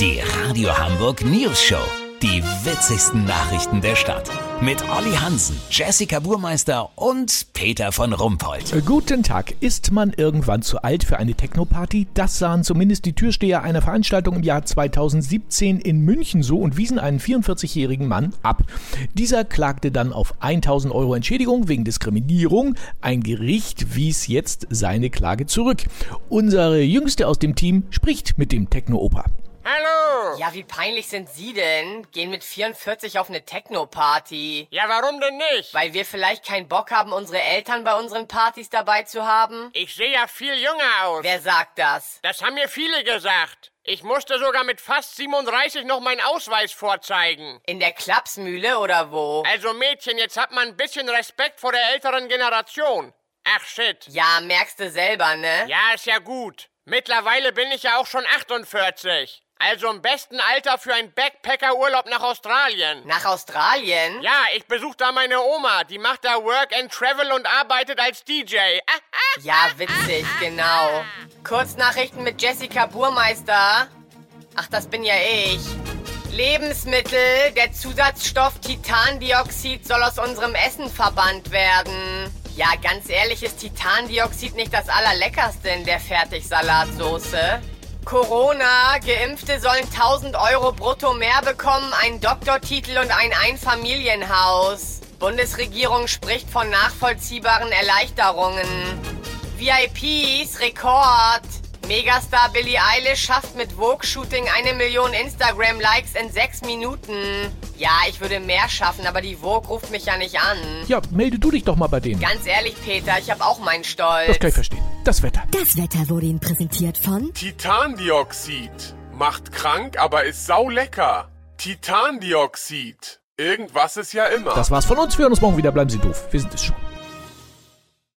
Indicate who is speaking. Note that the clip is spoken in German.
Speaker 1: Die Radio Hamburg News Show. Die witzigsten Nachrichten der Stadt. Mit Olli Hansen, Jessica Burmeister und Peter von Rumpold.
Speaker 2: Guten Tag. Ist man irgendwann zu alt für eine Techno-Party? Das sahen zumindest die Türsteher einer Veranstaltung im Jahr 2017 in München so und wiesen einen 44-jährigen Mann ab. Dieser klagte dann auf 1000 Euro Entschädigung wegen Diskriminierung. Ein Gericht wies jetzt seine Klage zurück. Unsere Jüngste aus dem Team spricht mit dem Techno-Opa.
Speaker 3: Hallo!
Speaker 4: Ja, wie peinlich sind Sie denn? Gehen mit 44 auf eine Techno-Party.
Speaker 3: Ja, warum denn nicht?
Speaker 4: Weil wir vielleicht keinen Bock haben, unsere Eltern bei unseren Partys dabei zu haben?
Speaker 3: Ich sehe ja viel jünger aus.
Speaker 4: Wer sagt das?
Speaker 3: Das haben mir viele gesagt. Ich musste sogar mit fast 37 noch meinen Ausweis vorzeigen.
Speaker 4: In der Klapsmühle oder wo?
Speaker 3: Also Mädchen, jetzt hat man ein bisschen Respekt vor der älteren Generation. Ach shit.
Speaker 4: Ja, merkst du selber, ne?
Speaker 3: Ja, ist ja gut. Mittlerweile bin ich ja auch schon 48. Also im besten Alter für einen Backpacker-Urlaub nach Australien.
Speaker 4: Nach Australien?
Speaker 3: Ja, ich besuche da meine Oma. Die macht da Work and Travel und arbeitet als DJ. Ah, ah.
Speaker 4: Ja, witzig, genau. Kurznachrichten mit Jessica Burmeister. Ach, das bin ja ich. Lebensmittel, der Zusatzstoff Titandioxid soll aus unserem Essen verbannt werden. Ja, ganz ehrlich ist Titandioxid nicht das allerleckerste in der Fertigsalatsoße. Corona, Geimpfte sollen 1000 Euro brutto mehr bekommen, einen Doktortitel und ein Einfamilienhaus. Bundesregierung spricht von nachvollziehbaren Erleichterungen. VIPs, Rekord. Megastar Billie Eilish schafft mit Vogue-Shooting eine Million Instagram-Likes in sechs Minuten. Ja, ich würde mehr schaffen, aber die Vogue ruft mich ja nicht an.
Speaker 2: Ja, melde du dich doch mal bei denen.
Speaker 4: Ganz ehrlich, Peter, ich habe auch meinen Stolz.
Speaker 2: Das kann ich verstehen. Das Wetter.
Speaker 5: Das Wetter wurde Ihnen präsentiert von
Speaker 6: Titandioxid. Macht krank, aber ist saulecker. Titandioxid. Irgendwas ist ja immer.
Speaker 2: Das war's von uns. Wir hören uns morgen wieder. Bleiben Sie doof. Wir sind es schon.